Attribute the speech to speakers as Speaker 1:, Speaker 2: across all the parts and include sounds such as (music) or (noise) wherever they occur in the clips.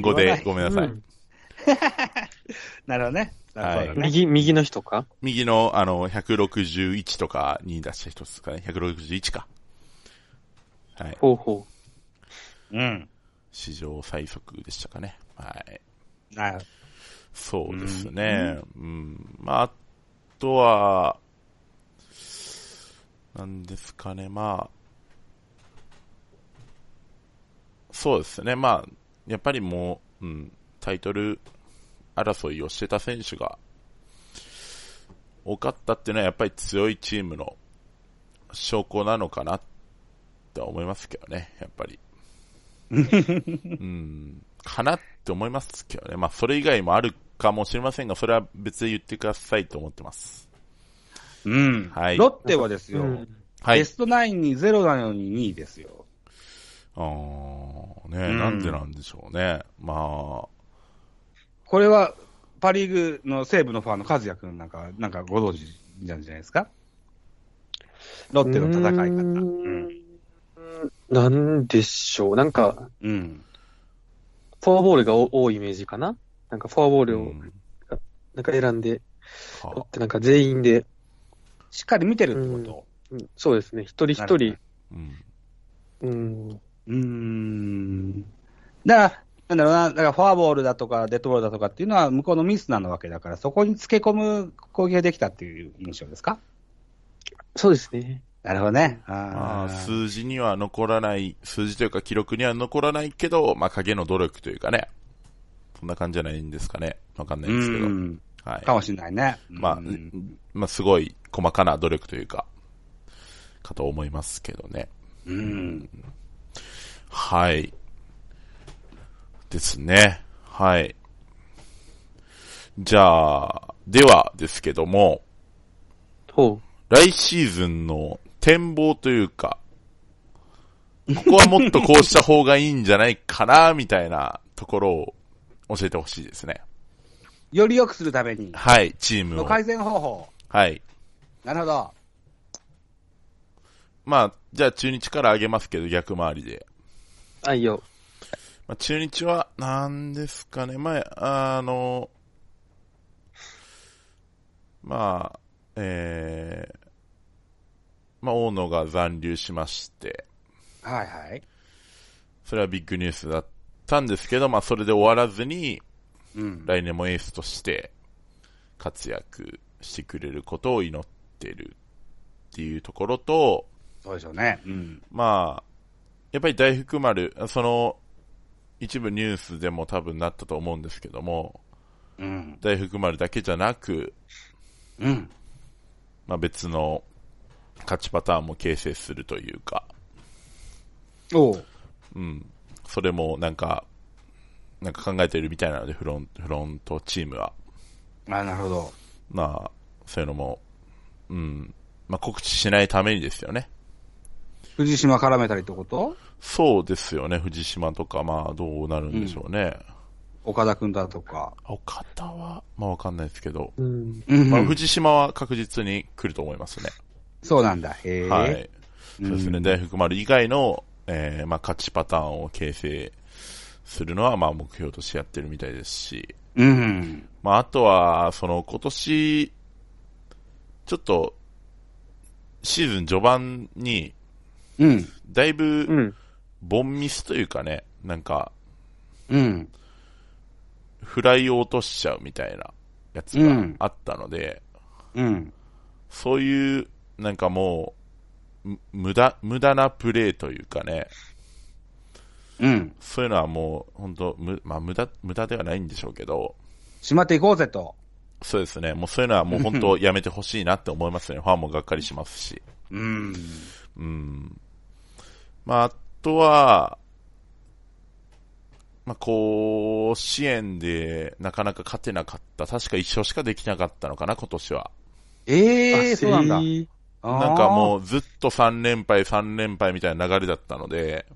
Speaker 1: 語でごめんなさい。
Speaker 2: うん
Speaker 3: なるほどね。
Speaker 1: はい
Speaker 3: なるほどね
Speaker 2: 右、右の人か
Speaker 1: 右の、あの、161とかに出した人ですかね。161か。はい。
Speaker 2: ほうほう。
Speaker 3: うん。
Speaker 1: 史上最速でしたかね。はい。
Speaker 3: なるほ
Speaker 1: そうですね。うん。まあ、あとは、なんですかね、まあ、そうですね、まあ、やっぱりもう、うん、タイトル争いをしてた選手が多かったっていうのはやっぱり強いチームの証拠なのかなって思いますけどね、やっぱり。うん、かなって思いますけどね。まあ、それ以外もあるかもしれませんが、それは別で言ってくださいと思ってます。
Speaker 3: ど。うん。
Speaker 1: はい
Speaker 3: ロッテはですよ、
Speaker 2: うん。
Speaker 1: はい。
Speaker 3: ベスト9に0なのに2位ですよ。
Speaker 1: あー、ね、
Speaker 3: うん
Speaker 1: なんでなんでしょうね。ま
Speaker 3: これは、パ・リーグの西武のファンの和也君なんか、なんかご存知なんじゃないですかロッテの戦い方。
Speaker 2: うー
Speaker 3: うん。
Speaker 2: んなんでしょう。なんか、
Speaker 3: うん。
Speaker 2: フォアボールが多多いイメージかななんかフォアボー
Speaker 1: あ、う
Speaker 2: ルを
Speaker 1: ん、
Speaker 2: なんか選んで、
Speaker 1: か
Speaker 2: 取ってなんか全員で、
Speaker 3: しっかり見てるってこと
Speaker 2: うんそうですね、一人一
Speaker 3: な
Speaker 2: 人
Speaker 3: る、
Speaker 1: うん。
Speaker 2: うん、
Speaker 3: うーん。だから、なんだろうな、だからフォアボールだとか、デッドボールだとかっていうのは、向こうのミスなのわけだから、そこにつけ込む攻撃ができたっていう印象ですか
Speaker 2: そうですね。
Speaker 3: なるほどね。
Speaker 1: ま
Speaker 3: あ
Speaker 1: あ、
Speaker 3: ー
Speaker 1: 数字には残らない、数字というか記録には残らないけど、まあ、影の努力というかね。そんな感じじゃないんですかね。わかんないですけど。
Speaker 3: うん
Speaker 1: はい。
Speaker 3: かもしれないね。
Speaker 1: まあ、
Speaker 3: うん
Speaker 1: まあ、すごい細かな努力というか、かと思いますけどね。
Speaker 3: うん。
Speaker 1: はい。ですね。はい。じゃあ、ではですけども、
Speaker 2: ほ
Speaker 1: 来シーズンの展望というか、ここはもっとこうした方がいいんじゃないかな、みたいなところを教えてほしいですね。
Speaker 3: より良くするために、
Speaker 1: はい、チーム
Speaker 3: の
Speaker 1: を。
Speaker 3: 改善方法。
Speaker 1: はい。
Speaker 3: なるほど。
Speaker 1: まあ、じゃあ中日から上げますけど、逆回りで。
Speaker 2: う。あ、いいよ。
Speaker 1: まあ、中日は、なんですかね、まあ、あの、まあ、えー、まあ、大野が残留しまして、
Speaker 3: はいはい。
Speaker 1: それはビッグニュースだったんですけど、まあ、それで終わらずに、
Speaker 3: うん。
Speaker 1: 来年もエースとして、活躍してくれることを祈ってるっていうところと、
Speaker 3: そうでしょうね。うん。
Speaker 1: まあ、やっぱり大福丸、その、一部ニュースでも多分なったと思うんですけども、
Speaker 3: うん。
Speaker 1: 大福丸だけじゃなく、
Speaker 3: うん。
Speaker 1: まあ、別の勝ちパターンも形成するというか、
Speaker 3: おう。
Speaker 1: うん。それもなんか、なんか考えてるみたいなので、フロンフロントチームは。
Speaker 3: あ、なるほど。
Speaker 1: まあ、そういうのも、うん。まあ、告知しないためにですよね。
Speaker 3: 藤島絡めたりってこと
Speaker 1: そうですよね、藤島とか、まあ、どうなるんでしょうね。
Speaker 3: 岡田君だとか。
Speaker 1: 岡田は、まあ、わかんないですけど、
Speaker 2: うん。
Speaker 3: うん
Speaker 1: まあ、藤島は確実に来ると思いますね。
Speaker 3: そうなんだ。へえ。
Speaker 1: はい。そうですね、
Speaker 3: うん
Speaker 1: 大福丸以外の、えーまあ、勝ちパターンを形成するのは、まあ、目標としてやってるみたいですし、
Speaker 3: うん。
Speaker 1: まあ、あとは、その、今年、ちょっと、シーズン序盤に、
Speaker 3: うん。
Speaker 1: だいうぶ、
Speaker 2: ん。
Speaker 1: ボンミスというかね、なんか、
Speaker 3: うん。
Speaker 1: フライを落としちゃうみたいなやつがあったので、
Speaker 3: うん。
Speaker 1: そういう、なんかもう、む無駄、無駄なプレーというかね、
Speaker 3: うん。
Speaker 1: そういうのはもう、本当む、まあ、無駄、無駄ではないんでしょうけど、
Speaker 3: しまっていこうぜと。
Speaker 1: そうですね。もうそういうのはもう本当やめてほしいなって思いますね。ファンもがっかりしますし。
Speaker 3: うん。
Speaker 1: うん。まあ、あとは、まあ、甲子園でなかなか勝てなかった。確か一勝しかできなかったのかな、今年は。
Speaker 3: ええ
Speaker 2: あ
Speaker 3: そうなんだ。
Speaker 2: せい
Speaker 1: なんかも
Speaker 3: う。
Speaker 1: うずっと3連敗、3連敗みたいな流れだったので、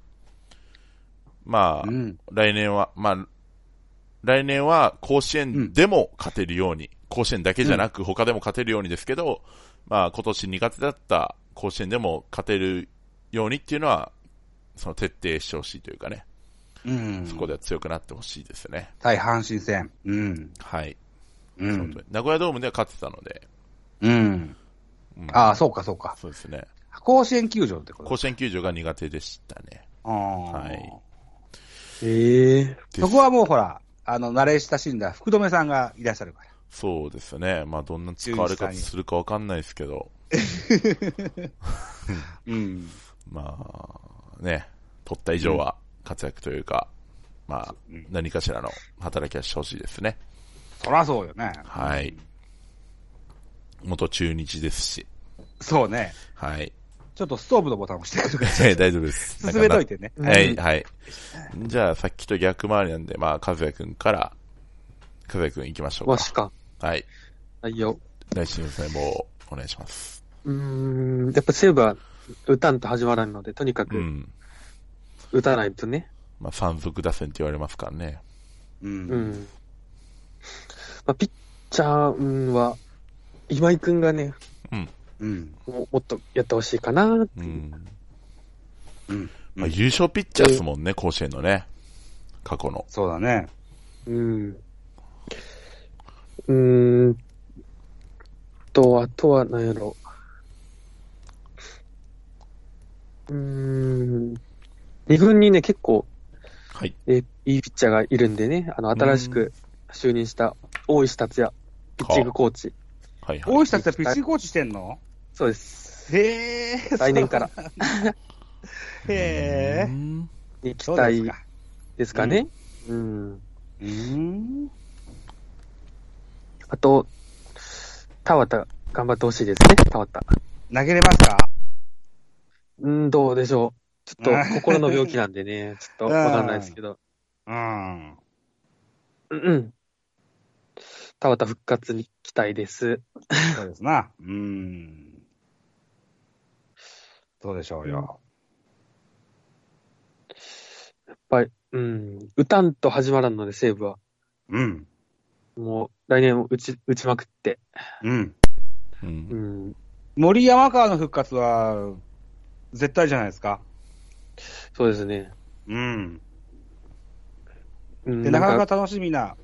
Speaker 1: まあ
Speaker 3: う、ん。
Speaker 1: 来年は、まあ、来年は甲子園でも勝てるように、甲子園だけじゃなく他でも勝てるようにですけど、まあ今年苦手だった甲子園でも勝てるようにっていうのは、その徹底してほしいというかね、
Speaker 3: うん。
Speaker 1: そこでは強くなってほしいですね。
Speaker 3: 対阪神戦。うん。
Speaker 1: はい。本
Speaker 3: う
Speaker 1: 当
Speaker 3: ん。
Speaker 1: に名古屋ドームでは勝ってたので、
Speaker 3: うん。
Speaker 1: うん
Speaker 3: ああ、そうか、そうか。
Speaker 1: そうですね。
Speaker 3: 甲子園球場ってこと
Speaker 1: 甲子園球場が苦手でしたね。
Speaker 3: ああ、
Speaker 1: はい
Speaker 2: ええ
Speaker 3: そこはもうほら、あの、慣れ親しんだ福留さんがいらっしゃるから。
Speaker 1: そうですね。まあ、どんな使われ方するかわかんないですけど、
Speaker 3: うん。
Speaker 1: まあ、ね、取った以上は活躍というか、まあ、
Speaker 3: うん
Speaker 1: 何かしらの働きはしてほしいですね。
Speaker 3: そらそうよね。
Speaker 1: はい。元中日ですし、
Speaker 3: そうね。
Speaker 1: はい。 (laughs)
Speaker 3: ちょっとストーブのボタンを押してくる
Speaker 1: 大丈夫です。
Speaker 3: (laughs) 進めといてね。
Speaker 1: なんかなは
Speaker 2: う
Speaker 1: い、
Speaker 2: ん
Speaker 1: はい。じゃあ、さっきと逆回りなんで、まあ、和也くんから、和也くん行きましょう
Speaker 2: わ
Speaker 1: か。
Speaker 2: しか。
Speaker 1: はい。
Speaker 2: はいよ。
Speaker 1: 来週の細胞をお願いします。
Speaker 2: うーん、やっぱ西武は打たんと始まらんので、とにか
Speaker 1: う
Speaker 2: く
Speaker 1: ん。
Speaker 2: 打たないとね。
Speaker 1: まあ、山賊打線って言われますからね。
Speaker 3: う。
Speaker 2: うんん。まあ、ピッチャーうんは、今井くんがね、
Speaker 3: うん。
Speaker 2: ももっとやってほしいかな。
Speaker 1: うん。
Speaker 3: うん。
Speaker 1: まあ、優勝ピッチャーですもんね、甲子園のね。過去の。
Speaker 3: そうだね。
Speaker 2: うん。うーんと、あとは何やろ。うーん。二軍にね、結構、
Speaker 1: はい。
Speaker 2: えーいいピッチャーがいるんでね、あの、新しく就任した大石達也、ピッチングコーチ。
Speaker 1: はいはい。
Speaker 3: 大下ってピッチングコーチしてんの
Speaker 2: そうです。
Speaker 3: へえ。
Speaker 2: 来年から
Speaker 3: そう。へ
Speaker 1: う
Speaker 3: え。
Speaker 1: ん
Speaker 2: に期
Speaker 3: そうで
Speaker 2: 待
Speaker 3: すか。
Speaker 2: ですかね。うん。
Speaker 3: うん。
Speaker 2: あと、田畑、頑張ってほしいですね、田畑。
Speaker 3: 投げれますか
Speaker 2: うん、どうでしょう。ちょっと、心の病気なんでね、ちょっとわかんないですけど。
Speaker 3: うん。
Speaker 2: うんうん。田畑復活に期待です。
Speaker 3: そうですな。うん。どうでしょうよ。
Speaker 2: やっぱり、うん、打たんと始まらんので、西武は。
Speaker 3: うん。
Speaker 2: もう、来年打ち、打ちまくって。
Speaker 3: うん。
Speaker 1: う。
Speaker 2: うんん。
Speaker 3: 森山川の復活は、絶対じゃないですか。
Speaker 2: そうですね。
Speaker 3: うん。
Speaker 2: うん、
Speaker 3: で、なかなか楽しみな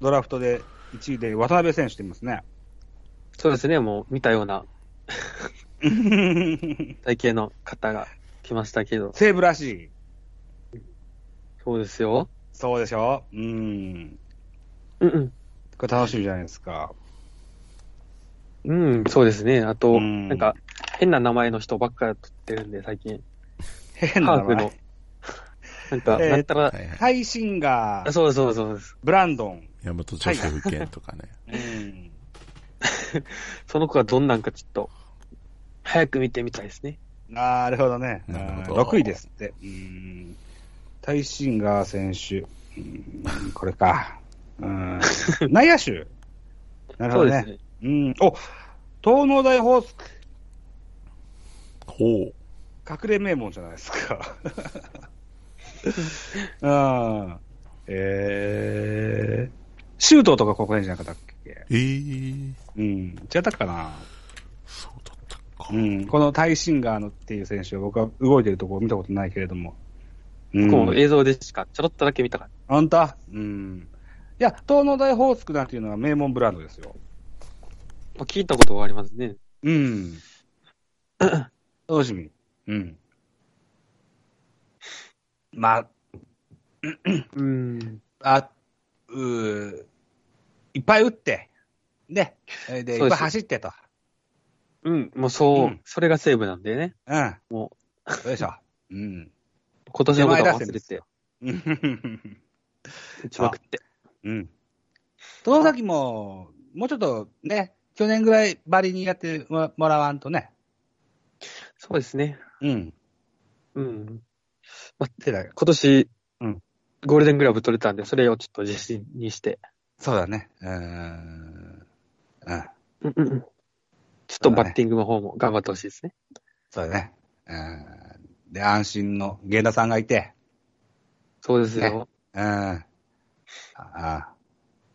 Speaker 3: ドラフトで1位で渡辺選手って言いますね。 (laughs)
Speaker 2: そうですね、もう見たような体型の方が来ましたけど。
Speaker 3: 西武らしい。
Speaker 2: そうですよ。
Speaker 3: そうでしょうん。
Speaker 2: うん
Speaker 3: これ楽しみじゃないですか。
Speaker 2: うん。うん、そうですね。あと、
Speaker 3: うん
Speaker 2: なんか、変な名前の人ばっか取ってるんで、最近。
Speaker 3: (laughs) 変
Speaker 2: ハ
Speaker 3: な
Speaker 2: ーフ
Speaker 3: 名
Speaker 2: の
Speaker 3: 前。。
Speaker 2: なんか、
Speaker 3: えー
Speaker 2: なんたら
Speaker 1: は、いはい。
Speaker 3: タイシンガー、
Speaker 2: そうそうそうです。
Speaker 3: ブランドン。
Speaker 1: 山本ジョセフ県とかね。
Speaker 3: うん。
Speaker 2: その子がどんなんかちょっと、早く見てみたいですね。
Speaker 3: なるほどね。
Speaker 1: なるほど
Speaker 3: 6位ですって。うん。タイシンガー選手。うん、これか。
Speaker 2: (laughs)
Speaker 3: うん。内野手。なるほ
Speaker 2: そ
Speaker 3: ど
Speaker 2: う
Speaker 3: ね。
Speaker 2: ですね。
Speaker 3: うん。お、東農大ホース
Speaker 1: ほう。
Speaker 3: 隠れ名門じゃないです
Speaker 2: (laughs)
Speaker 3: か。うん。えー、周東とかここへんじゃなかったっけ
Speaker 1: えー、
Speaker 3: うん。違ったかな
Speaker 1: そうだったか。
Speaker 3: うん。このタイシンガーのっていう選手は僕は動いてるとこ見たことないけれども。う。
Speaker 2: こうん映像でしか、ちょろっとだけ見たから。
Speaker 3: あんたうん。いや、東農大ホースクなんていうのは名門ブランドですよ。
Speaker 2: まあ、聞いたことはありますね。
Speaker 3: うん。楽しみ。うん。まあ、
Speaker 2: うん。
Speaker 3: あ、うーいっぱい打って、ね、えーで、い
Speaker 2: そ
Speaker 3: っ
Speaker 2: うです
Speaker 3: ぱい走ってと。
Speaker 2: うん、もうそう、
Speaker 3: うん
Speaker 2: それがセーブなんでね。
Speaker 3: うん。
Speaker 2: も
Speaker 3: そうでしょ。うん。 (laughs)
Speaker 2: う、今年のことは
Speaker 3: 手前打線
Speaker 2: 忘
Speaker 3: で
Speaker 2: れ
Speaker 3: す
Speaker 2: て
Speaker 3: よ、うん。
Speaker 2: 打ちまくって。
Speaker 3: うん。その先も、もうちょっとね、去年ぐらいばりにやってもらわんとね。
Speaker 2: そうですね。
Speaker 3: うん。
Speaker 2: うん。
Speaker 3: 手だよ。
Speaker 2: 今年、
Speaker 3: うん
Speaker 2: ゴールデングラブ取れたんで、それをちょっと自信にして。
Speaker 3: そうだね。うーん。うん。
Speaker 2: うんうんうん。ちょっとバッティングの方も頑張ってほしいですね。
Speaker 3: そうだね。うん。で、安心の源田さんがいて、
Speaker 2: そうです
Speaker 3: ね
Speaker 2: よ。
Speaker 3: うん。ああ、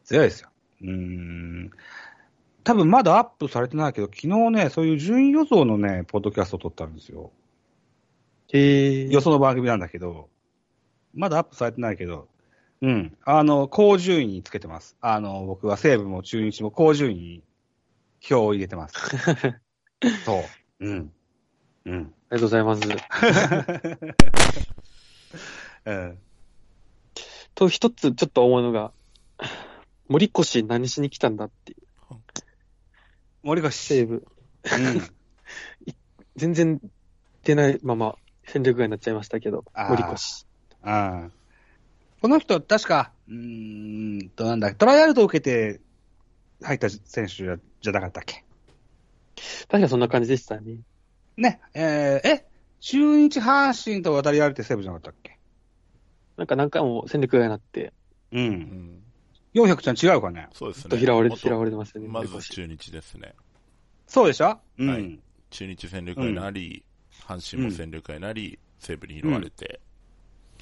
Speaker 3: 強いですよ。うーん。多分まだアップされてないけど、昨日ね、そういう順位予想のね、ポッドキャストを撮ったんですよ。
Speaker 2: へえ。
Speaker 3: 予想の番組なんだけど、まだアップされてないけど、うん、あの、高順位につけてます。あの、僕は西武も中日も高順位に票を入れて
Speaker 2: (laughs)
Speaker 3: ます。そう。うん。うん。
Speaker 2: りがとうございます。
Speaker 3: うん。
Speaker 2: と、一つちょっと思うのが、森越何しに来たんだっていう。
Speaker 3: 森越。
Speaker 2: 西武、
Speaker 3: うん。
Speaker 2: 全然出ないまま戦力外になっちゃいましたけど、
Speaker 3: あー
Speaker 2: 森越。
Speaker 3: ああこの人、確か、うーんと、なんだ、トライアルトを受けて入った選手じゃじゃなかったっけ
Speaker 2: 確かそんな感じでしたね。
Speaker 3: ね、えー、え、中日阪神と渡り合われて西武じゃなかったっけ
Speaker 2: なんか何回も戦力外になって、
Speaker 1: う
Speaker 3: う。
Speaker 1: んん、
Speaker 3: 400ちゃん違うかね
Speaker 1: そうです
Speaker 2: ずっと
Speaker 1: ね。
Speaker 2: 嫌われて、
Speaker 1: 元
Speaker 2: 嫌われてましたね。
Speaker 1: ま
Speaker 2: 森
Speaker 1: ず
Speaker 2: 越
Speaker 1: 中日ですね。
Speaker 3: そうでしょうん。
Speaker 1: はい中日戦力外になり、阪神も戦力外になり、西武に拾われて、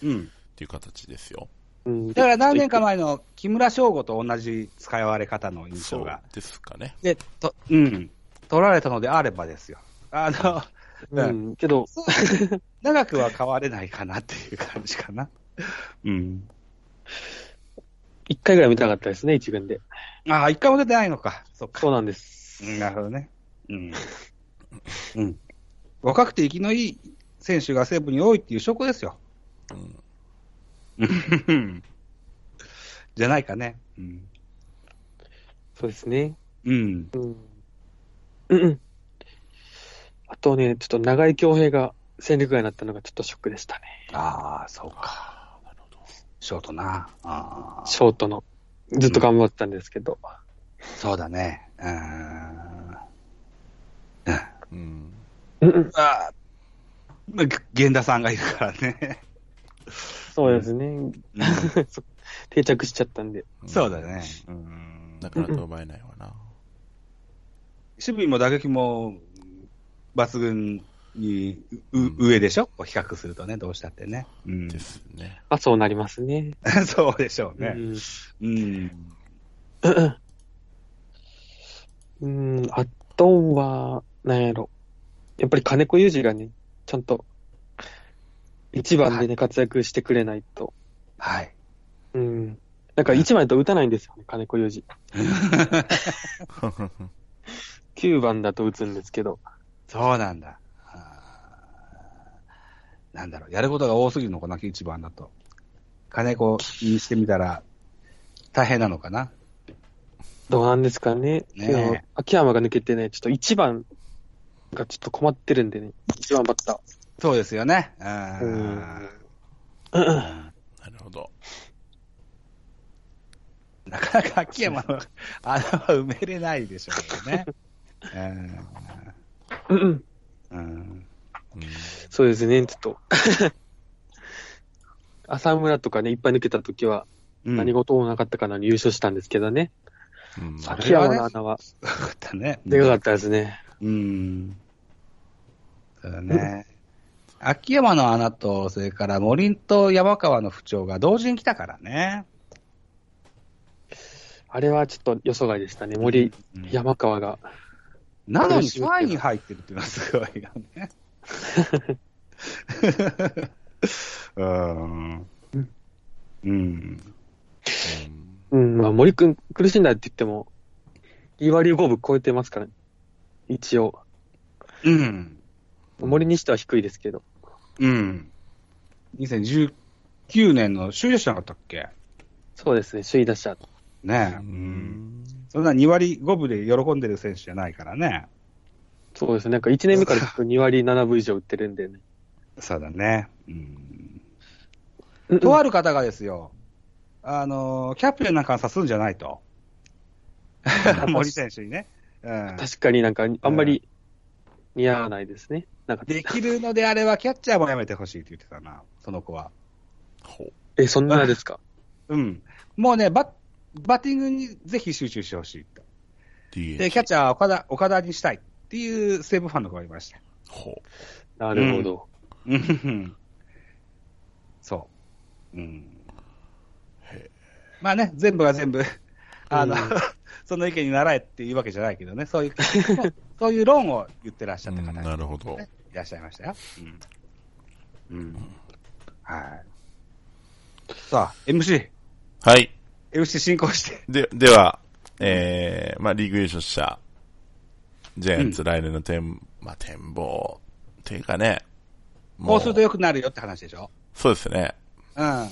Speaker 3: うん。
Speaker 1: っていう形ですよ。
Speaker 2: うん
Speaker 3: だから何年か前の木村翔吾と同じ使われ方の印
Speaker 1: そ
Speaker 3: 象
Speaker 1: う
Speaker 3: が。
Speaker 1: ですかね。
Speaker 3: で、と、うん。取られたのであればですよ。あ (laughs) の、
Speaker 2: うん、けど、
Speaker 3: そう長くは変われないかなっていう感じかな。うん。
Speaker 2: 一回ぐらい見たかったですね、一軍で。
Speaker 3: ああ、一回も出てないのか。そっか。
Speaker 2: そうなんです。
Speaker 3: うんなるほどね。うん。うん。若くて生きのいい選手が西武に多いっていう証拠ですよ。
Speaker 1: うん。
Speaker 3: うんじゃないかね。うん。
Speaker 2: そうですね。
Speaker 3: うん。
Speaker 2: うん。うんうん。あとね、ちょっと長井京平が戦力外になったのがちょっとショックでしたね。
Speaker 3: ああ、そうか。
Speaker 1: なるほど。
Speaker 3: ショートな。ああ。
Speaker 2: ショートの。ずっと頑張ってたんですけど。
Speaker 3: そうだね。うーん。
Speaker 1: うん。
Speaker 2: うんうん。
Speaker 3: あー源田さんがいるからね。
Speaker 2: そうですね。 (laughs) そう定着しちゃったんで。
Speaker 3: そうだね。うん
Speaker 1: なかなか奪えないわな。
Speaker 3: 守備も打撃も抜群にう
Speaker 1: うん
Speaker 3: 上でしょ、こう比較するとね、どうしたってね。うん
Speaker 1: ですね。 (laughs)
Speaker 2: まあそうなりますね。
Speaker 3: (laughs) そうでしょう
Speaker 2: う
Speaker 3: ね。
Speaker 2: ん
Speaker 3: うん。
Speaker 2: うん、あとは、なんやろ。やっぱり金子裕二がね、ちゃんと、一番でね、活躍してくれないと。
Speaker 3: はい。
Speaker 2: うん。なんか一番だと打たないんですよね、金子裕二。9番だと打つんですけど。
Speaker 3: そうなんだ。あーなんだろう、やることが多すぎるのかな、一番だと。金子にしてみたら、大変なのかな。
Speaker 2: どうなんですかね。
Speaker 3: ねえ
Speaker 2: けど秋山が抜けてね、ちょっと一番がちょっと困ってるんでね。一番バッタ
Speaker 3: そうですよね。う
Speaker 2: ー。うんん。。
Speaker 1: なるほど。
Speaker 3: なかなか秋山の (laughs) 穴は埋めれないでしょうね。
Speaker 2: うんうん
Speaker 3: うん。う
Speaker 1: う
Speaker 3: ん。
Speaker 1: ん。
Speaker 2: そうですね、ちょっと。 (laughs) 浅村とかね、いっぱい抜けた時は、
Speaker 3: うん
Speaker 2: 何事もなかったかなに優勝したんですけどね。
Speaker 1: うん
Speaker 3: それ
Speaker 2: 秋山の穴は、
Speaker 3: よかったね。
Speaker 2: でかかったですね。
Speaker 3: うん。そうだね。秋山の穴と、それから森と山川の不調が同時に来たからね。
Speaker 2: あれはちょっと予想外でしたね。森、
Speaker 3: うん
Speaker 2: 山川が。
Speaker 3: なのに3位に入ってるっていうのはすごいよね。うん。うん。
Speaker 1: うん
Speaker 2: うん、まあ森くん苦しんだって言っても、2割5分超えてますから、ね、一応。
Speaker 3: うん。
Speaker 2: 森にしては低いですけど。
Speaker 3: うん。2019年の首位打者なかったっけ
Speaker 2: そうですね、首位打者。
Speaker 3: ねえ。
Speaker 1: う
Speaker 3: う
Speaker 1: ん。
Speaker 3: んそんな2割5分で喜んでる選手じゃないからね。
Speaker 2: そうですね、なんか1年目からずっと2割7分以上打ってるんでね。
Speaker 3: そうだね。うん。
Speaker 2: うん
Speaker 3: とある方がですよ、あのー、キャプテンなんかさすんじゃないと。森選手にね。うん。
Speaker 2: 確かになんかあんまり似合わないですね。なんか、
Speaker 3: できるのであれば、キャッチャーもやめてほしいって言ってたな、その子は。
Speaker 1: ほう。
Speaker 2: え、そんなですか
Speaker 3: うん。もうね、バッバッティングにぜひ集中してほしいと。で、
Speaker 1: DH。
Speaker 3: キャッチャーは岡田岡田にしたいっていう西武ファンの子がいました。
Speaker 1: ほう。
Speaker 2: なるほど。
Speaker 3: うんそう。うん
Speaker 1: へ。
Speaker 3: まあね、全部が全部、あの、
Speaker 2: うん
Speaker 3: (laughs) その意見に習えっていうわけじゃないけどね、そういう、 (laughs) そういう論を言ってらっしゃった
Speaker 1: うん
Speaker 3: 方
Speaker 1: な
Speaker 3: が
Speaker 1: るほど。
Speaker 3: いらっしゃいましたよ。うん。うん。はい。さあ、MC、
Speaker 1: はい。
Speaker 3: MC 進行して。
Speaker 1: で、では、えー、まあ、リーグ優勝者、ジャイアンツ来年の展、まあ、展望、っていうかね、
Speaker 3: こうすると良くなるよって話でしょ。
Speaker 1: そうですね。
Speaker 3: うん。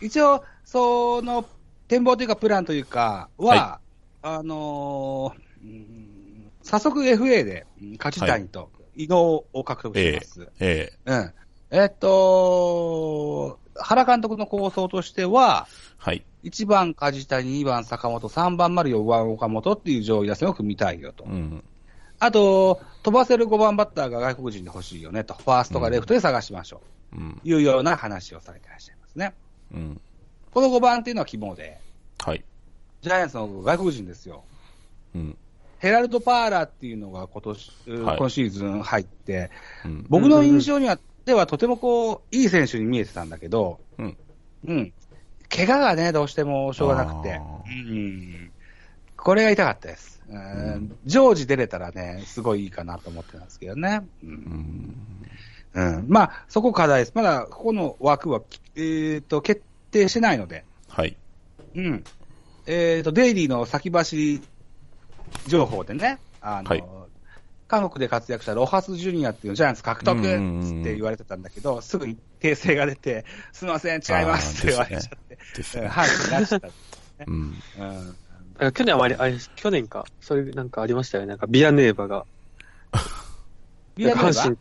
Speaker 3: 一応、その、展望というか、プランというかは、あのーうん早速 FA でうん勝ちたいと、異能を獲得してます。
Speaker 1: え
Speaker 3: うん。えっと、原監督の構想としては、
Speaker 1: えはい。
Speaker 3: 1番梶谷、2番坂本、3番丸、4番岡本っていう上位打線を組みたいよと
Speaker 1: う。ん。
Speaker 3: あと、飛ばせる5番バッターが外国人で欲しいよねと。ファーストかレフトで探しましょ
Speaker 1: うん
Speaker 3: う。。いうような話をされてらっしゃいますね。
Speaker 1: うん。
Speaker 3: この5番っていうのは肝で、
Speaker 1: はい。
Speaker 3: ジャイアンツの外国人ですよ。
Speaker 1: うん。
Speaker 3: ヘラルド・パーラーっていうのが今年、
Speaker 1: はい
Speaker 3: 今シーズン入って、
Speaker 1: うん。
Speaker 3: 僕の印象には、ではとてもこう、いい選手に見えてたんだけど、
Speaker 1: うん。
Speaker 3: うん。怪我がね、どうしてもしょうがなくて
Speaker 1: あ。
Speaker 3: うん。これが痛かったです。うん
Speaker 1: うん
Speaker 3: 常時出れたらね、すごいいいかなと思ってたんですけどね。うん。
Speaker 1: うん。
Speaker 3: うんまあ、そこ課題です。まだ、ここの枠は、えっ、と、決定してないので。
Speaker 1: はい。
Speaker 3: うん。えっ、と、デイリーの先走り情報でね、あの、
Speaker 1: はい
Speaker 3: 韓国で活躍したロハス・ジュニアっていうジャイアンツ獲得っつって言われてたんだけど、すぐに訂正が出て、すみません、違いますって言われちゃって、
Speaker 1: です
Speaker 3: うん
Speaker 1: ね。
Speaker 3: はい、出した。
Speaker 1: うん。
Speaker 3: うん
Speaker 2: あ去年はあれ、あれ、去年か。それなんかありましたよね。なんかビアネーバが。
Speaker 3: ビアネ
Speaker 2: なん
Speaker 3: ー
Speaker 2: か
Speaker 3: バ
Speaker 2: 阪神、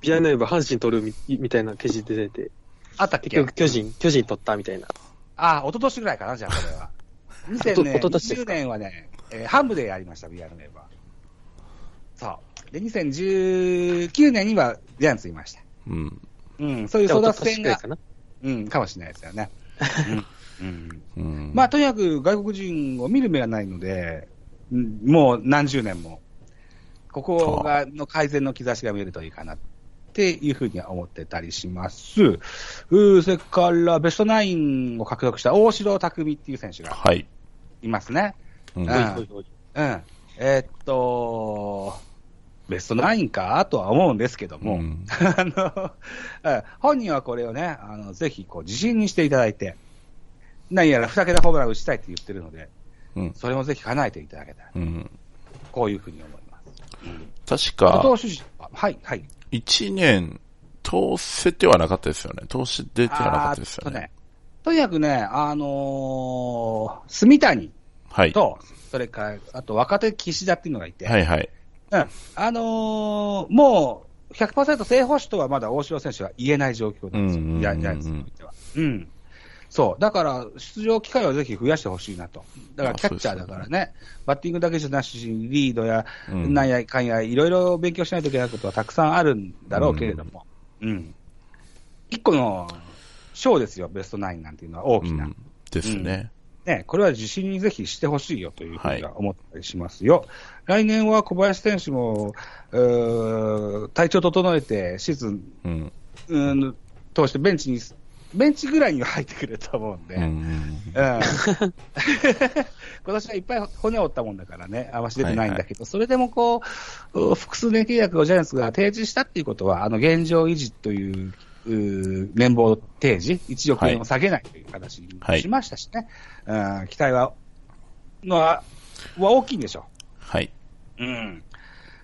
Speaker 2: ビアネーバ阪神取るみみたいな記事出てて、
Speaker 3: あったっ
Speaker 2: 結
Speaker 3: け
Speaker 2: 局巨人、巨人取ったみたいな。
Speaker 3: あ、一昨年ぐらいかな、じゃあ、これ (laughs) は。
Speaker 2: と一昨年ですか
Speaker 3: 2020年はね、えー、半部でやりました、ビアネーバそう。で、2019年にはジャイアンツいました。
Speaker 1: うん。
Speaker 3: うん、そういう争奪戦が
Speaker 2: でも確かにかな。
Speaker 3: うん、かもしれないですよね。うん、
Speaker 1: うん。
Speaker 3: まあ、とにかく外国人を見る目がないので、うんもう何十年も、ここがの改善の兆しが見えるといいかなっていうふうには思ってたりします。うーそれから、ベストナインを獲得した大城匠っていう選手が
Speaker 1: はい。
Speaker 3: いますね。
Speaker 1: うん
Speaker 3: あ
Speaker 2: おいおいおい
Speaker 3: うん。えーっと、ベストナインかとは思うんですけども、
Speaker 1: うん
Speaker 3: (laughs) あの、え本人はこれをね、あのぜひこう自信にしていただいて、何やら2桁ホームラン打ちたいって言ってるので、
Speaker 1: うん。
Speaker 3: それもぜひ叶えていただけたら、
Speaker 1: うん。
Speaker 3: こういうふうに思います。
Speaker 1: 確
Speaker 3: あ
Speaker 1: か、
Speaker 3: 投手陣は、はい、はい。
Speaker 1: 一年通せてはなかったですよね。通し出てはなか
Speaker 3: あ
Speaker 1: ったです
Speaker 3: ーっ
Speaker 1: よ
Speaker 3: と
Speaker 1: ね。
Speaker 3: ね、とにかくね、あのー、住谷
Speaker 1: はい。は
Speaker 3: と、それから、あと若手岸田っていうのがいて、
Speaker 1: いはい。
Speaker 3: うんあのーもう100%正捕手とはまだ大城選手は言えない状況なんですよ、
Speaker 1: うんうんうんうん
Speaker 3: ジャイアンツにおいては。うんそう、だから出場機会をぜひ増やしてほしいなと、だから
Speaker 1: あ
Speaker 3: キャッチャーだからね、バッティングだけじゃなしに、リードや、
Speaker 1: うん
Speaker 3: なんやかんや、いろいろ勉強しないといけないことはたくさんあるんだろうけれども、うん、一個の賞ですよ、ベストナインなんていうのは大
Speaker 1: う
Speaker 3: きな。
Speaker 1: ん。ですね。
Speaker 3: ね、これは自信にぜひしてほしいよというふうには思ったりしますよ。来年は小林選手も、うー体調整えて、シーズン、
Speaker 1: うん。
Speaker 3: うーん、通してベンチに、ベンチぐらいには入ってくれると思うんで、
Speaker 1: う
Speaker 3: うん。
Speaker 1: ん。
Speaker 3: 今 (laughs) 年はいっぱい骨折ったもんだからね、あんまし出てないんだけど、それでもこううー、複数年契約をジャイアンツが提示したっていうことは、あの現状維持という、うー年俸提示、1億円を下げないという形にしましたしね、うん期待はのはは大きいんでしょ
Speaker 1: はい。
Speaker 3: う。うん、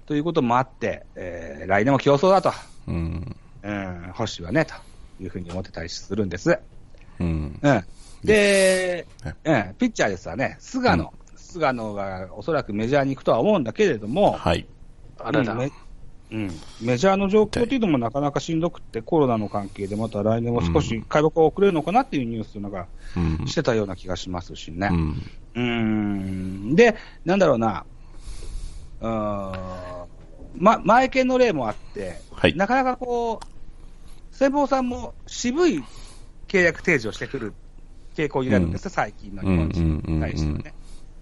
Speaker 3: ということもあって、えー来年も競争だと、
Speaker 1: うん。
Speaker 3: うん、星はね、というふうに思ってたりするんです。
Speaker 1: うん。
Speaker 3: うんで、
Speaker 1: ね
Speaker 3: うん、ピッチャーですわね、菅野、菅野がおそらくメジャーに行くとは思うんだけれども、
Speaker 1: はい。
Speaker 2: あらら
Speaker 3: うん。メうんメジャーの状況というのもなかなかしんどくって、コロナの関係で、また来年も少し回復が遅れるのかなっていうニュースなんか
Speaker 1: うん。
Speaker 3: してたような気がしますし
Speaker 1: う
Speaker 3: ね。
Speaker 1: ん。
Speaker 3: うーん、で、なんだろうな、うーんま、前犬の例もあって、
Speaker 1: はい。
Speaker 3: なかなかこう、先方さんも渋い契約提示をしてくる傾向になるんですよ、最近の日本人に対してはね。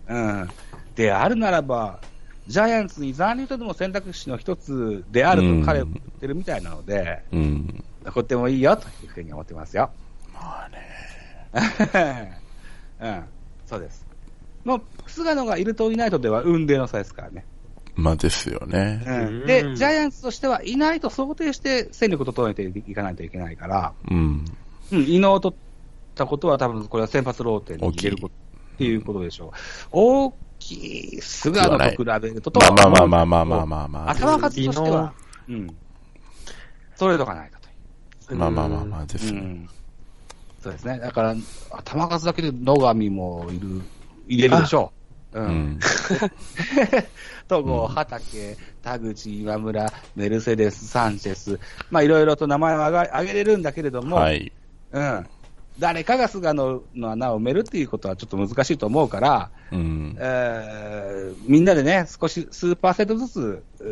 Speaker 3: うんであるならば、ジャイアンツに残留とでも選択肢の一つであると彼は言ってるみたいなので、
Speaker 1: うん。
Speaker 3: とってもいいよというふうに思ってますよ。
Speaker 1: まあね。
Speaker 3: うん、そうです。もう菅野がいるといないとでは運命の差ですからね。
Speaker 1: まあですよね。
Speaker 2: うん
Speaker 3: で、ジャイアンツとしてはいないと想定して戦力を整えていかないといけないから、
Speaker 1: うん。
Speaker 3: うん、伊能とったことは、多分これは先発ローテに入れることっていうことでしょう。大きい菅野と比べるとと
Speaker 1: まあまあまあま
Speaker 3: あ、
Speaker 1: あまあまあまあまあ。
Speaker 3: 頭数としては、うん、それとかないかという。
Speaker 1: まあまあまあまあです
Speaker 3: う
Speaker 1: ね。
Speaker 3: んそうですね。だから、頭数だけで野上もいる、入れるでしょう。う。
Speaker 1: うんん。
Speaker 3: (laughs) 戸郷、畑、田口、今村、メルセデス、サンチェス、まあいろいろと名前を挙げ挙げれるんだけれども、
Speaker 1: はい。
Speaker 3: うん。誰かが菅野の穴を埋めるっていうことはちょっと難しいと思うから、
Speaker 1: うん。
Speaker 3: えーみんなでね、少し数パーセントずつ、え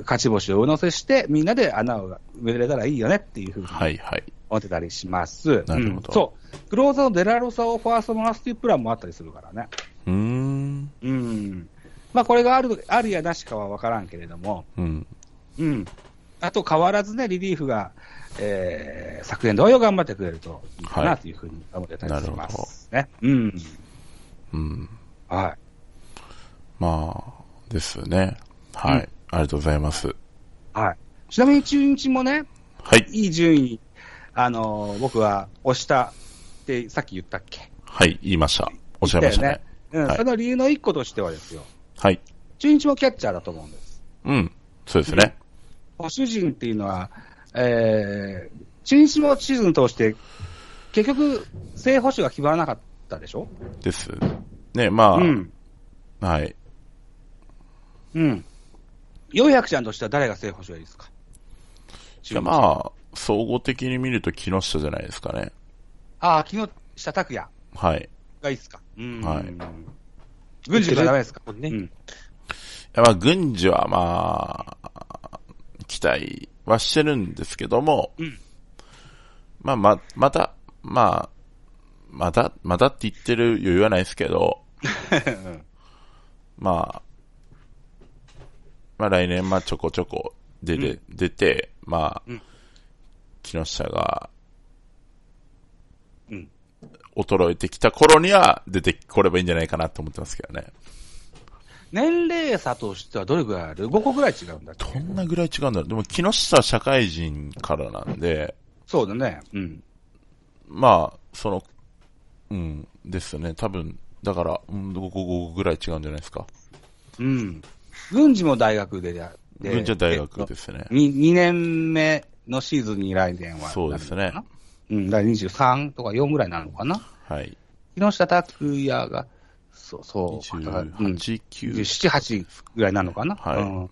Speaker 3: ー勝ち星を上乗せして、みんなで穴を埋めれたらいいよねっていうふうに
Speaker 1: はいはい。
Speaker 3: 思ってたりします。
Speaker 1: なるほど
Speaker 3: うんそう。クローザーのデラロサをファーストもらすというプランもあったりするからね。
Speaker 1: うーん。
Speaker 3: うん。まあ、これがある、あるやなしかは分からんけれども、
Speaker 1: うん。
Speaker 3: うん。あと変わらずね、リリーフが、えー、昨年同様頑張ってくれるといいか
Speaker 1: は
Speaker 3: ないというふうに思ってたりします、ね。うん。
Speaker 1: うん。
Speaker 3: はい。
Speaker 1: まあ、ですね。はい。
Speaker 3: うん
Speaker 1: ありがとうございます。
Speaker 3: はい。ちなみに中日もね、
Speaker 1: はい。
Speaker 3: いい順位、あのー僕は押したってさっき言ったっけ
Speaker 1: はい。言いました。おっしゃいましたね。
Speaker 3: 言っうん、
Speaker 1: はい
Speaker 3: その理由の一個としてはですよ、
Speaker 1: はい。
Speaker 3: 中日もキャッチャーだと思うんです。
Speaker 1: うん。そうですね。
Speaker 3: 保守陣っていうのは、えー、中日もシーズン通して、結局、正捕手が決まらなかったでしょ
Speaker 1: です。ね、まあ、
Speaker 3: うん。
Speaker 1: はい。
Speaker 3: うん。400ちゃんとしては誰が正捕手がいいですか
Speaker 1: いやまあ、総合的に見ると木下じゃないですかね。
Speaker 3: ああ、昨日、下拓也
Speaker 1: はい。
Speaker 3: がいいですか。うん
Speaker 1: はい
Speaker 3: 軍事がダメですか
Speaker 2: もんね
Speaker 3: うん
Speaker 1: いやまあ、軍事はまあ、期待はしてるんですけども、
Speaker 3: うん
Speaker 1: まあ、ま、また、まあ、また、またって言ってる余裕はないですけ
Speaker 3: (laughs)
Speaker 1: ど、まあ、まあ来年、まあちょこちょこ出て、出て、まあ、
Speaker 3: うん
Speaker 1: 木下が、
Speaker 3: うん
Speaker 1: 衰えてきた頃には出てこればいいんじゃないかなと思ってますけどね。
Speaker 3: 年齢差としてはどれぐらいある ?5 個ぐらい違うんだっけ
Speaker 1: どんなぐらい違うんだろう。でも木下は社会人からなんで、
Speaker 3: そうだね。うん。
Speaker 1: まあ、その、うん、ですね。多分、だから、うん、5個ぐらい違うんじゃないですか。
Speaker 3: うん。軍事も大学でや、で
Speaker 1: 軍事は大学ですね。
Speaker 3: に2年目のシーズンに来年は。
Speaker 1: そうですね。
Speaker 3: うん、だから23とか4ぐらいなのかな。
Speaker 1: はい。
Speaker 3: 木下拓也が、そう、そう。だから
Speaker 1: 28、
Speaker 3: うん、
Speaker 1: 9、
Speaker 3: 17、8ぐらいなのかな。
Speaker 1: はい
Speaker 3: うん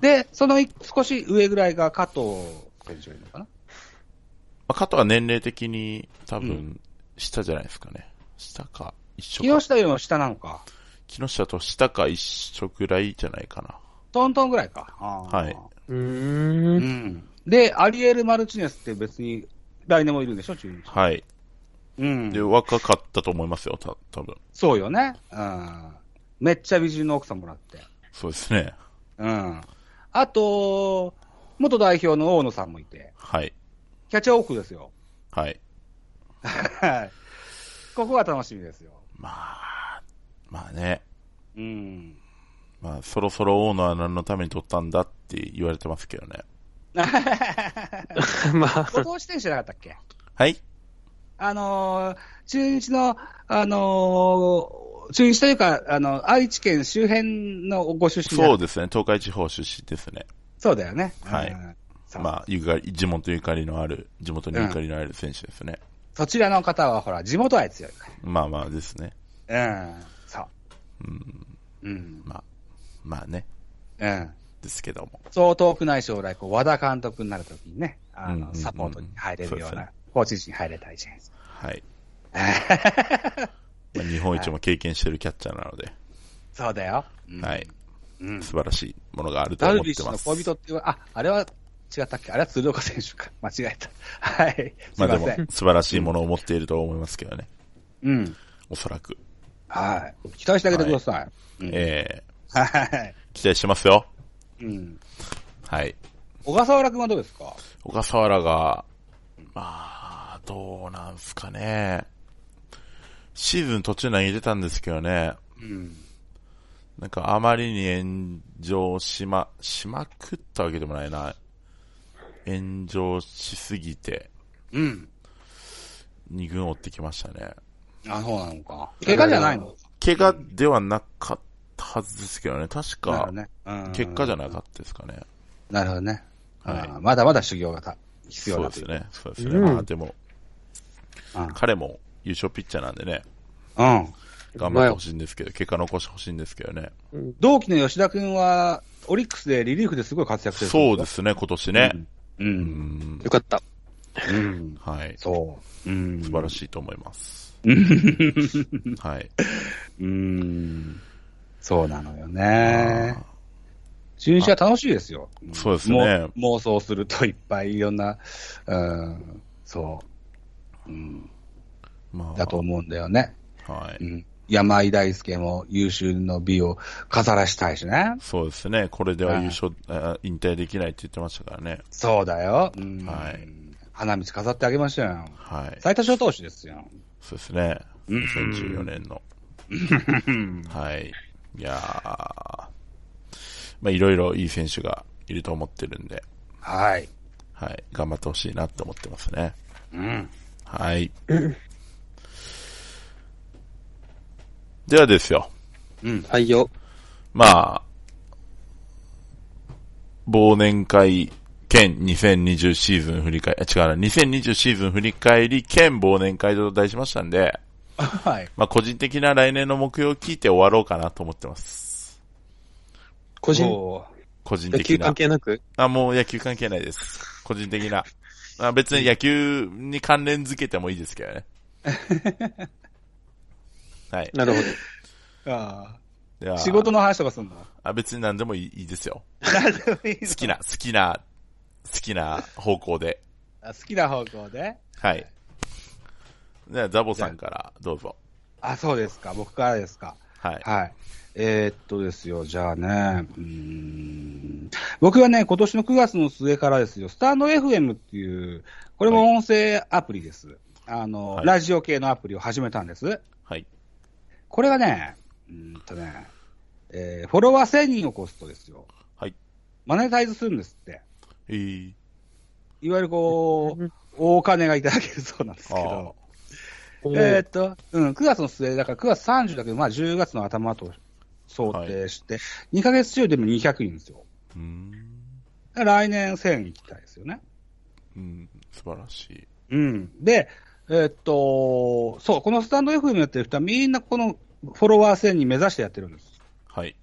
Speaker 3: で、その一少し上ぐらいが加藤選手がいるのかな。
Speaker 1: まあ、加藤は年齢的に多
Speaker 3: う
Speaker 1: 分、下じゃないですかね。下か、一緒
Speaker 3: 木
Speaker 1: か。
Speaker 3: 下よりも下なのか。
Speaker 1: 木下と下か一緒くらいじゃないかな。
Speaker 3: トントンぐらいか。あー
Speaker 1: はい。
Speaker 2: うー。
Speaker 3: うんん。で、アリエル・マルチネスって別に来年もいるんでしょ、中日。
Speaker 1: はい。
Speaker 3: うん
Speaker 1: で、。若かったと思いますよ、た多分
Speaker 3: そうよね。うん。めっちゃ美人の奥さんもらって。
Speaker 1: そうですね。
Speaker 3: うん。あと、元代表の大野さんもいて、
Speaker 1: はい。
Speaker 3: キャッチャー多くですよ。
Speaker 1: はい。
Speaker 3: はい。ここが楽しみですよ。
Speaker 1: まあ、まあね。
Speaker 3: (laughs) うん。
Speaker 1: まあ、そろそろ王のは何のために取ったんだって言われてますけどね。
Speaker 2: (laughs) まあ、
Speaker 3: 後藤選手じゃなかったっけ
Speaker 1: はい。
Speaker 3: あのー中日の、あのー中日というか、あの、愛知県周辺のご出身だ
Speaker 1: そうですね。東海地方出身ですね。
Speaker 3: そうだよね。
Speaker 1: はい
Speaker 3: うんそう
Speaker 1: まあ、ゆかり、地元ゆかりのある、地元にゆかりのある選手ですね。
Speaker 3: そちらの方は、ほら、地元愛強いか
Speaker 1: まあまあですね。
Speaker 3: ら。うん。そう。
Speaker 1: うん。
Speaker 3: うん。
Speaker 1: まあ、まあね。
Speaker 3: うん。
Speaker 1: ですけども。
Speaker 3: そう遠くない将来、こう、和田監督になるときにね、あ
Speaker 1: うんうんう
Speaker 3: の、
Speaker 1: ん
Speaker 3: サポートに入れるよ
Speaker 1: そう
Speaker 3: う
Speaker 1: です
Speaker 3: な、コーチ陣に入れたいじゃないですか。 (laughs)
Speaker 1: はい。まあ、日本一も経験してるキャッチャーなので、
Speaker 3: そうだよ。うん
Speaker 1: はい。
Speaker 3: うん。
Speaker 1: 素晴らしいものがあると
Speaker 3: ダ
Speaker 1: 思
Speaker 3: ル
Speaker 1: っ
Speaker 3: ビッ
Speaker 1: て
Speaker 3: シュ
Speaker 1: ま
Speaker 3: の
Speaker 1: す。
Speaker 3: 恋人っていう、あ、あれは違ったっけあれは鶴岡選手か。 (laughs) 間違えた。はい。す
Speaker 1: ま
Speaker 3: い
Speaker 1: あで
Speaker 3: ま
Speaker 1: も
Speaker 3: せん。、
Speaker 1: 素晴らしいものを持っていると思いますけどね。
Speaker 3: うん。
Speaker 1: おそらく。
Speaker 3: はい。期待してあげてください。うん
Speaker 1: え
Speaker 3: はい。
Speaker 1: ー、期待してますよ。
Speaker 3: うん。
Speaker 1: はい。
Speaker 3: 小笠原君はどうですか
Speaker 1: 小笠原が、まあ、どうなんすかね。シーズン途中投げてたんですけどね。
Speaker 3: うん。
Speaker 1: なんかあまりに炎上しま、しまくったわけでもないな。炎上しすぎて、
Speaker 3: うん。
Speaker 1: 二軍追ってきましたね。
Speaker 3: あ、そうなのか。怪我じゃないの
Speaker 1: 怪我ではなかったはずですけどね、確
Speaker 3: なるほ
Speaker 1: か
Speaker 3: ど、ね。うん
Speaker 1: 結果じゃなかったですかね。
Speaker 3: なるほどね。
Speaker 1: はい
Speaker 3: あーまだまだ修行がた必要
Speaker 1: そう
Speaker 3: だ
Speaker 1: で
Speaker 3: と
Speaker 1: す
Speaker 3: いう。
Speaker 1: ね。そうですね。
Speaker 2: うん
Speaker 1: まあでも、彼も優勝ピッチャーなんでね、
Speaker 3: うんうん。
Speaker 1: 頑張ってほしいんですけど、結果残してほしいんですけどね。
Speaker 2: うん
Speaker 3: 同期の吉田君は、オリックスでリリーフですごい活躍してる。
Speaker 1: そうですね、今年ね。
Speaker 3: う。
Speaker 1: うんん。
Speaker 2: よかった。
Speaker 3: うん。
Speaker 1: はい。
Speaker 3: そう。うん。
Speaker 1: 素晴らしいと思い
Speaker 3: (laughs)
Speaker 1: ます。はい。
Speaker 3: い。うん。そうなのよ
Speaker 1: あ
Speaker 3: ね。中日は楽しいですよ。
Speaker 1: ーそうですね。
Speaker 3: も妄想するといっぱいいろんな、うん、そう、うん、
Speaker 1: まあ、
Speaker 3: だと思うんだよね。
Speaker 1: は
Speaker 3: う
Speaker 1: い。
Speaker 3: ん、山井大輔も優秀の美を飾らしたいしね。
Speaker 1: そうですね。これでは優勝、あ引退できないって言ってましたからね。
Speaker 3: そうだよ。うん、
Speaker 1: はい
Speaker 3: 花道飾ってあげましょうよ。
Speaker 1: はい。
Speaker 3: 最多勝投手ですよ。
Speaker 1: そうですね。
Speaker 3: うん
Speaker 1: 2014年
Speaker 3: (laughs)
Speaker 1: の。はい。いやーまあいろいろいい選手がいると思ってるんで、
Speaker 3: はい。
Speaker 1: はい。頑張ってほしいなと思ってますね。
Speaker 3: うん。
Speaker 1: はい。ではですよ。
Speaker 3: うん。
Speaker 2: はいよ。
Speaker 1: まあ、忘年会兼2020シーズン振り返り、あ違うな、2020シーズン振り返り兼忘年会と題しましたんで、
Speaker 3: はい。
Speaker 1: まあ個人的な来年の目標を聞いて終わろうかなと思ってます。
Speaker 2: 個人、
Speaker 3: おー
Speaker 1: 個人
Speaker 2: 野
Speaker 1: 的
Speaker 2: 球関
Speaker 1: な。
Speaker 2: 係なく
Speaker 1: あ、もう野球関係ないです。個人的な。まあ別に野球に関連づけてもいいですけ
Speaker 2: (laughs)
Speaker 1: どね。はい。
Speaker 2: なるほど。
Speaker 3: あ
Speaker 1: では
Speaker 3: ー仕事の話とかすん
Speaker 1: (laughs)
Speaker 3: の
Speaker 1: あ、別に何でもいいいいですよ。
Speaker 3: 何でもいいの
Speaker 1: 好きな、好きな、好きな方向で。
Speaker 3: あ好きな方向で
Speaker 1: はい。じゃあ、ザボさんからどうぞ。
Speaker 3: あ、そうですか。僕からですか。
Speaker 1: はい。
Speaker 3: はい。えーっとですよ、じゃあね、うーん僕はね、今年の9月の末からですよ、スタンド FM っていう、これも音声アプリです。あの、
Speaker 1: はい
Speaker 3: ラジオ系のアプリを始めたんです。
Speaker 1: はい。
Speaker 3: これがね、うーんとね、えーフォロワー1000人を超すとですよ、
Speaker 1: はい。
Speaker 3: マネタイズするんですって。
Speaker 1: えー、
Speaker 3: いわゆるこう、大金がいただけるそうなんですけど。えーっと、うん、9月の末、だから9月30だけど、まあ10月の頭と想定して、2ヶ月中でも200人ですよ。
Speaker 1: うーん。
Speaker 3: 来年1000行きたいですよね。
Speaker 1: うん。素晴らしい。
Speaker 3: うん。で、えーっと、そう、このスタンド FM やってる人はみんなこのフォロワー1000に目指してやってるんです。
Speaker 1: はい。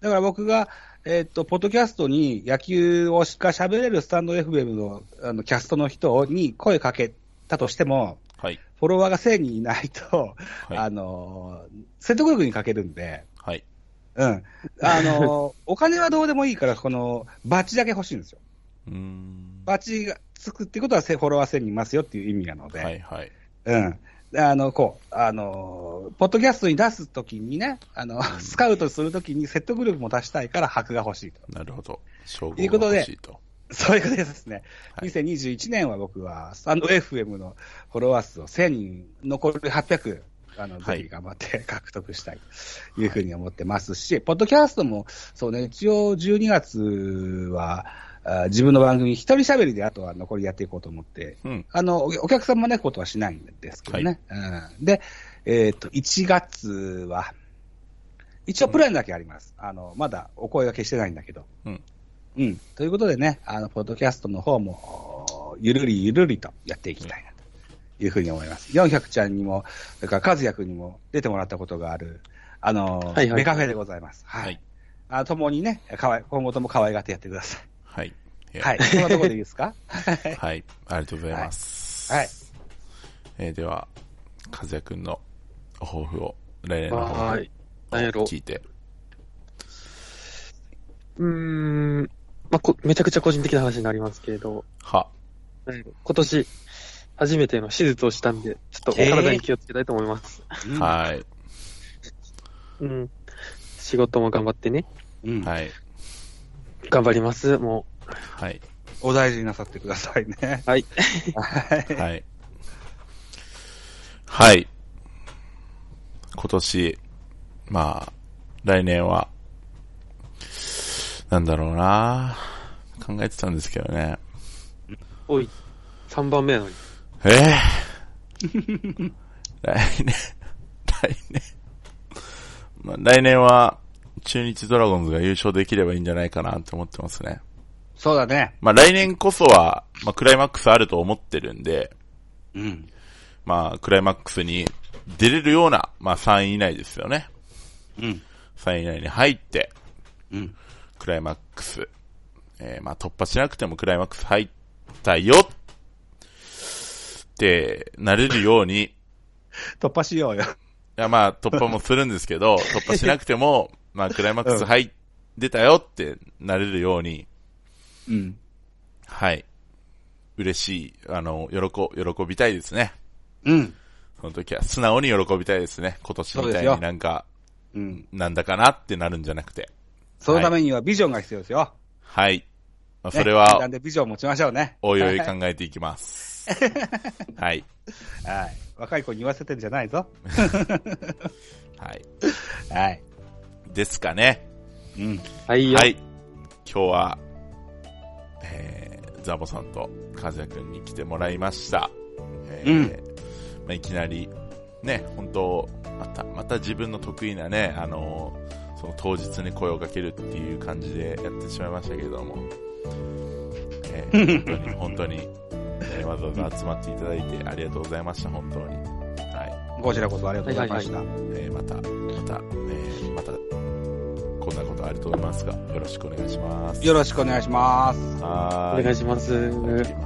Speaker 3: だから僕が、えーっと、ポッドキャストに野球をしか喋れるスタンド FM のあのキャストの人に声かけたとしても、
Speaker 1: はい。
Speaker 3: フォロワーが1000人いないと、
Speaker 1: は
Speaker 3: あ
Speaker 1: い。
Speaker 3: のー説得力に欠けるんで、
Speaker 1: はい。
Speaker 3: うん。
Speaker 1: (laughs)
Speaker 3: あのーお金はどうでもいいから、この、バッチだけ欲しいんですよ。
Speaker 1: うーん。
Speaker 3: バッチがつくってことは、せフォロワー1000人いますよっていう意味なので、
Speaker 1: はい。はい。
Speaker 3: うん。あの、こう、あのーポッドキャストに出すときにね、あの、スカウトするときに説得力も出したいから、箔が欲しいと。
Speaker 1: なるほど。称号
Speaker 3: いうこと
Speaker 1: が
Speaker 3: で
Speaker 1: 欲しいと。
Speaker 3: そういうことですね。
Speaker 1: はい
Speaker 3: 2021年は僕は、スタンド FM のフォロワー数を1000人、残り800、あの、
Speaker 1: はい
Speaker 3: ぜひ頑張って (laughs) 獲得したいというふうに思ってますし、ポッドキャストも、そうね、一応12月は、あ自分の番組一人喋りであとは残りやっていこうと思って、
Speaker 1: うん。
Speaker 3: あの、おお客さん招くことはしないんですけどね。うん、で、えっ、と、1月は、一応プランだけあります。あの、まだお声がけしてないんだけど。
Speaker 1: うん。
Speaker 3: うん。ということでね、あの、ポッドキャストの方も、おーゆるりゆるりとやっていきたいなというふうに思います。400ちゃんにも、それから和也くんにも出てもらったことがある、あの、
Speaker 2: はいはい
Speaker 3: メカフェでございます。はい。
Speaker 1: はい。
Speaker 3: あ共にね、かわい、今後とも可愛がってやってくださ
Speaker 1: はい。
Speaker 3: い。はい。そんなところでいいですか
Speaker 1: はい。ありがとうございます。
Speaker 3: はい。
Speaker 1: えー、では、和也くんの抱負を、来年の抱
Speaker 2: は
Speaker 1: 負
Speaker 2: い。なんやろ
Speaker 1: を聞いて。
Speaker 2: う。うーん。まあ、こ、めちゃくちゃ個人的な話になりますけれど、
Speaker 1: は。
Speaker 2: なんやろ今年、初めての手術をしたんで、ちょっとお体に気をつけたいと思います。
Speaker 1: はい。
Speaker 2: うん。仕事も頑張ってね。
Speaker 3: うん。
Speaker 1: はい。
Speaker 2: 頑張ります。も
Speaker 1: はい。
Speaker 3: お大事になさってくださいね。
Speaker 2: う。はい。
Speaker 3: はい。
Speaker 1: はい。はい。今年、まあ、来年は、なんだろうな考えてたんですけどね。 (laughs)
Speaker 2: おい。3番目なのに。
Speaker 1: ええ来年、来年、まあ、来年は中日ドラゴンズが優勝できればいいんじゃないかなって思ってますね。
Speaker 3: そうだね。
Speaker 1: まあ来年こそは、まあクライマックスあると思ってるんで、
Speaker 3: うん。
Speaker 1: まあクライマックスに出れるような、まあ3位以内ですよね。
Speaker 3: うん。
Speaker 1: 3位以内に入って、
Speaker 3: うん。
Speaker 1: クライマックス、えーまあ突破しなくてもクライマックス入ったよってなれるように、い
Speaker 3: 突破しようよ。
Speaker 1: やまあ突破もするんですけど、突破しなくても、まあクライマックス入っ出たよってなれるように、
Speaker 3: うん。
Speaker 1: はい。嬉しい、あの、喜、喜びたいですね。
Speaker 3: うん。
Speaker 1: その時は素直に喜びたいですね。今年みたいになんか、
Speaker 3: うん。
Speaker 1: なんだかなってなるんじゃなくて。
Speaker 3: そのためにはビジョンが必要ですよ。
Speaker 1: はい。まあ、それ
Speaker 3: ねな
Speaker 1: は
Speaker 3: ん、でビジョンを持ちましょうね。
Speaker 1: おいおい考えていき
Speaker 3: (laughs)
Speaker 1: ます。はい。
Speaker 3: はい。若い子に言わせてんじゃないぞ。
Speaker 1: はい。
Speaker 3: はい。
Speaker 1: ですかね。
Speaker 3: うん。
Speaker 2: はいよ。
Speaker 1: はい。今日は、えー、ザボさんとカズヤくんに来てもらいました。えーまあ、いきなり、ね、本当また、また自分の得意なね、あのーその当日に声をかけるっていう感じでやってしまいましたけれども、えー
Speaker 2: (laughs)
Speaker 1: 本当に、本当に、えーわざわざ集まっていただいてありがとうございました、本当に。はい。
Speaker 3: こちらこそありがとうございました。
Speaker 1: えーまた、また、えーまた、こんなことあると思いますが、よろしくお願いします。
Speaker 3: よろしくお願いします。
Speaker 1: は
Speaker 2: お
Speaker 1: ーい
Speaker 2: 願いします。
Speaker 1: いただきます。啊